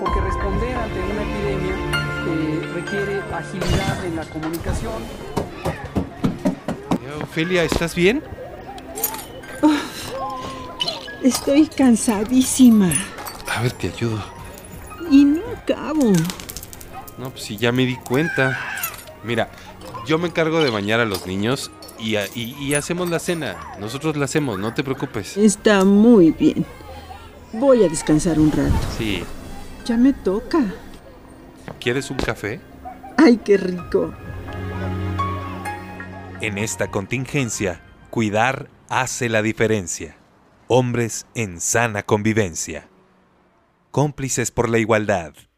porque responder ante una epidemia eh, requiere agilidad en la comunicación. Ofelia, ¿estás bien? Estoy cansadísima A ver, te ayudo. y no acabo. No, pues sí, ya me di cuenta. Mira, yo me encargo de bañar a los niños y, a- y- y hacemos la cena. Nosotros la hacemos, no te preocupes. Está muy bien. Voy a descansar un rato. Sí. Ya me toca. ¿Quieres un café? Ay, qué rico. En esta contingencia, cuidar hace la diferencia. Hombres en sana convivencia. Cómplices por la igualdad.